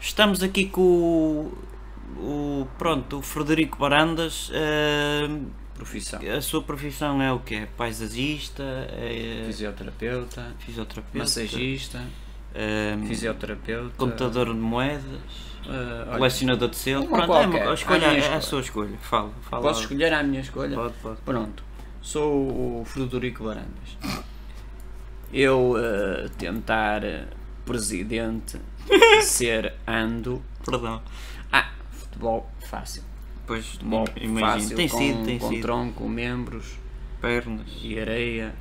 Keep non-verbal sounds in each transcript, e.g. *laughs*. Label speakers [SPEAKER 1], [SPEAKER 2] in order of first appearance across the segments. [SPEAKER 1] Estamos aqui com o, o- pronto, o Frederico Barandas. eh,
[SPEAKER 2] Profissão.
[SPEAKER 1] a sua profissão é o quê? Paisagista, é
[SPEAKER 2] Fisioterapeuta,
[SPEAKER 1] fisioterapeuta,
[SPEAKER 2] massagista,
[SPEAKER 1] eh,
[SPEAKER 2] fisioterapeuta.
[SPEAKER 1] contador de moedas,
[SPEAKER 2] ah, olha,
[SPEAKER 1] colecionador de selo.
[SPEAKER 2] uma
[SPEAKER 1] Pronto, é,
[SPEAKER 2] qualquer,
[SPEAKER 1] uma, a,
[SPEAKER 2] a
[SPEAKER 1] escolha,
[SPEAKER 2] minha
[SPEAKER 1] é a
[SPEAKER 2] escolha.
[SPEAKER 1] sua escolha. Fala, fala.
[SPEAKER 2] Posso escolher a minha escolha?
[SPEAKER 1] Pode, pode.
[SPEAKER 2] Pronto. Sou o Frederico Barandas. Eu eh, tentar eh,
[SPEAKER 1] *laughs*
[SPEAKER 2] presidente ser ando.
[SPEAKER 1] Perdão.
[SPEAKER 2] Ah, futebol fácil.
[SPEAKER 1] Pois,
[SPEAKER 2] Futebol
[SPEAKER 1] imagino.
[SPEAKER 2] fácil
[SPEAKER 1] tem
[SPEAKER 2] com,
[SPEAKER 1] sido, tem
[SPEAKER 2] com
[SPEAKER 1] sido.
[SPEAKER 2] tronco, membros
[SPEAKER 1] Pernas.
[SPEAKER 2] e areia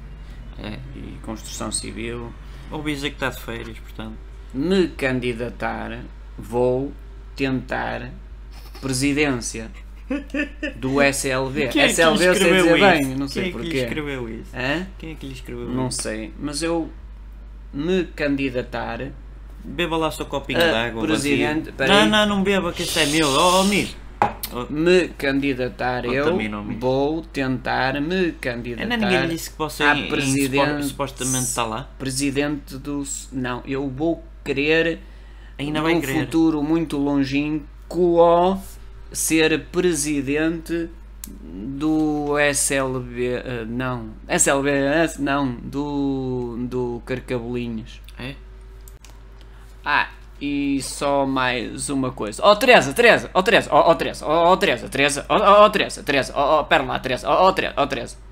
[SPEAKER 2] eh,
[SPEAKER 1] É.
[SPEAKER 2] e construção civil.
[SPEAKER 1] Ouvi dizer é que está de férias, portanto.
[SPEAKER 2] me candidatar, vou tentar presidência
[SPEAKER 1] *laughs*
[SPEAKER 2] do SLV.
[SPEAKER 1] Quem é que
[SPEAKER 2] SLV
[SPEAKER 1] lhe
[SPEAKER 2] eu sei
[SPEAKER 1] escreveu
[SPEAKER 2] dizer
[SPEAKER 1] isso?
[SPEAKER 2] bem, não
[SPEAKER 1] Quem
[SPEAKER 2] sei
[SPEAKER 1] é que lhe
[SPEAKER 2] porquê.
[SPEAKER 1] escreveu isso?
[SPEAKER 2] Hã?
[SPEAKER 1] Quem é que lhe escreveu
[SPEAKER 2] Não
[SPEAKER 1] isso?
[SPEAKER 2] sei, mas eu me candidatar.
[SPEAKER 1] Beba lá o seu copinho
[SPEAKER 2] Ah,
[SPEAKER 1] de água. um
[SPEAKER 2] presidente,
[SPEAKER 1] vazio.
[SPEAKER 2] peraí.
[SPEAKER 1] Não, não, não beba, que este é meu. Oh, amigo.
[SPEAKER 2] Me candidatar, eu
[SPEAKER 1] Contamina o misto.
[SPEAKER 2] vou tentar me candidatar.
[SPEAKER 1] Ainda É, ninguém lhe disse que você
[SPEAKER 2] à
[SPEAKER 1] em- em
[SPEAKER 2] Ah, presidente-
[SPEAKER 1] supo- supostamente está lá.
[SPEAKER 2] Presidente do. Não, eu vou querer
[SPEAKER 1] Ainda vai
[SPEAKER 2] num
[SPEAKER 1] querer.
[SPEAKER 2] futuro muito longínquo ser presidente do SLB eh, não SLB eh, não do do Carcabolinhos
[SPEAKER 1] É?
[SPEAKER 2] ah e só mais uma coisa oh Teresa Teresa oh Teresa oh, oh Teresa oh, oh Teresa Teresa oh, oh, oh Teresa Teresa oh, oh pera lá Teresa oh, oh Teresa oh Teresa